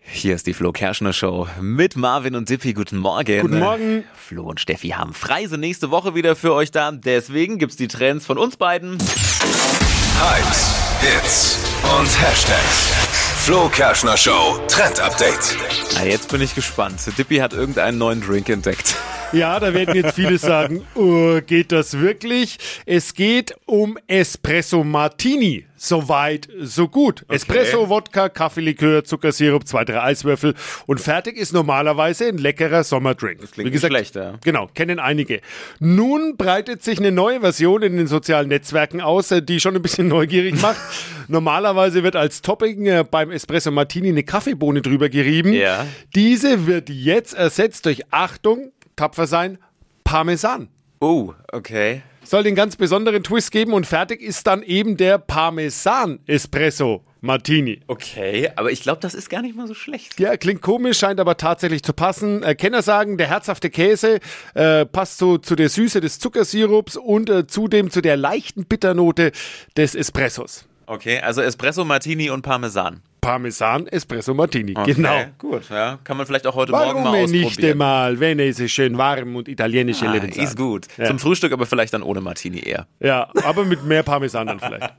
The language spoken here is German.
Hier ist die Flo Kerschner Show mit Marvin und Dippi. Guten Morgen. Guten Morgen. Flo und Steffi haben frei, sind nächste Woche wieder für euch da. Deswegen gibt's die Trends von uns beiden. Hypes, Hits und Hashtags. Flo Kerschner Show Trend Update. Na, jetzt bin ich gespannt. Dippi hat irgendeinen neuen Drink entdeckt. Ja, da werden jetzt viele sagen, oh, geht das wirklich? Es geht um Espresso Martini. Soweit, so gut. Espresso, Wodka, Kaffeelikör, Zuckersirup, zwei, drei Eiswürfel und fertig ist normalerweise ein leckerer Sommerdrink. klingt nicht schlecht, ja. Genau, kennen einige. Nun breitet sich eine neue Version in den sozialen Netzwerken aus, äh, die schon ein bisschen neugierig macht. Normalerweise wird als Topping äh, beim Espresso Martini eine Kaffeebohne drüber gerieben. Ja. Diese wird jetzt ersetzt durch Achtung, tapfer sein, Parmesan. Oh, okay. Soll den ganz besonderen Twist geben und fertig ist dann eben der Parmesan Espresso Martini. Okay, aber ich glaube, das ist gar nicht mal so schlecht. Ja, klingt komisch, scheint aber tatsächlich zu passen. Äh, Kenner sagen, der herzhafte Käse äh, passt so zu der Süße des Zuckersirups und äh, zudem zu der leichten Bitternote des Espressos. Okay, also Espresso Martini und Parmesan. Parmesan Espresso Martini, Okay, genau. Gut, ja. Kann man vielleicht auch heute Morgen Warum mal nicht ausprobieren. einmal, wenn es ist schön warm und italienische Ah, Lebensart. ist gut. Ja. Zum Frühstück aber vielleicht dann ohne Martini eher. Ja, aber mit mehr Parmesan dann vielleicht.